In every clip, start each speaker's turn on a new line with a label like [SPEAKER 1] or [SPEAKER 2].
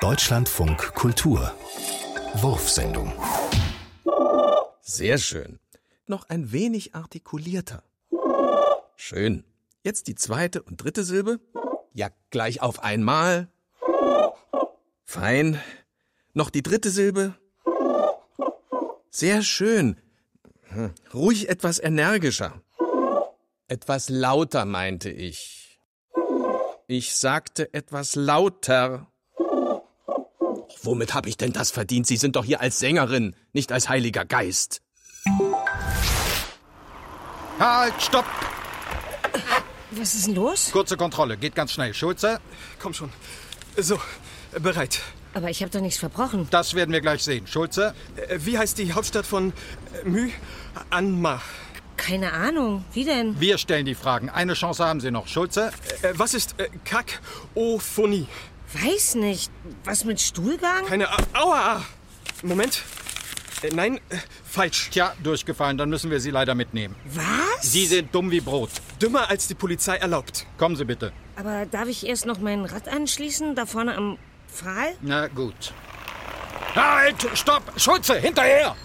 [SPEAKER 1] Deutschlandfunk Kultur. Wurfsendung.
[SPEAKER 2] Sehr schön. Noch ein wenig artikulierter. Schön. Jetzt die zweite und dritte Silbe. Ja, gleich auf einmal. Fein. Noch die dritte Silbe. Sehr schön. Hm, Ruhig etwas energischer. Etwas lauter, meinte ich. Ich sagte etwas lauter. Womit habe ich denn das verdient? Sie sind doch hier als Sängerin, nicht als Heiliger Geist.
[SPEAKER 3] Halt, stopp!
[SPEAKER 4] Was ist denn los?
[SPEAKER 3] Kurze Kontrolle, geht ganz schnell. Schulze,
[SPEAKER 5] Komm schon. So, äh, bereit.
[SPEAKER 4] Aber ich habe doch nichts verbrochen.
[SPEAKER 3] das werden wir gleich sehen. Schulze,
[SPEAKER 5] Äh, Wie heißt die Hauptstadt von äh, My Anma?
[SPEAKER 4] Keine Ahnung. Wie denn?
[SPEAKER 3] wir stellen die Fragen. Eine Chance haben Sie noch. Schulze,
[SPEAKER 5] Äh, Was ist äh, Kakophonie?
[SPEAKER 4] Weiß nicht. Was mit Stuhlgang?
[SPEAKER 5] Keine A Aua! Moment. Äh, Nein, äh, falsch.
[SPEAKER 3] tja, durchgefallen, dann müssen wir Sie leider mitnehmen.
[SPEAKER 4] Was?
[SPEAKER 3] Sie sind dumm wie Brot.
[SPEAKER 5] Dümmer als die Polizei erlaubt.
[SPEAKER 3] Kommen Sie bitte.
[SPEAKER 4] Aber darf ich erst noch mein Rad anschließen? Da vorne am Pfahl?
[SPEAKER 3] Na gut. Halt, stopp! Schulze, hinterher!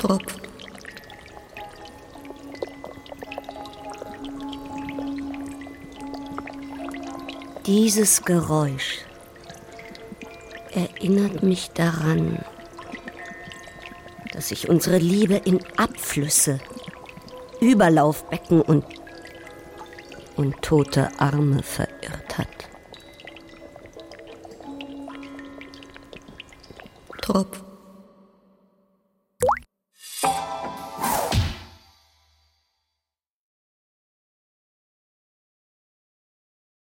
[SPEAKER 6] Druck. Dieses Geräusch erinnert mich daran, dass ich unsere Liebe in Abflüsse, Überlaufbecken und, und tote Arme verirrt hat. Tropf.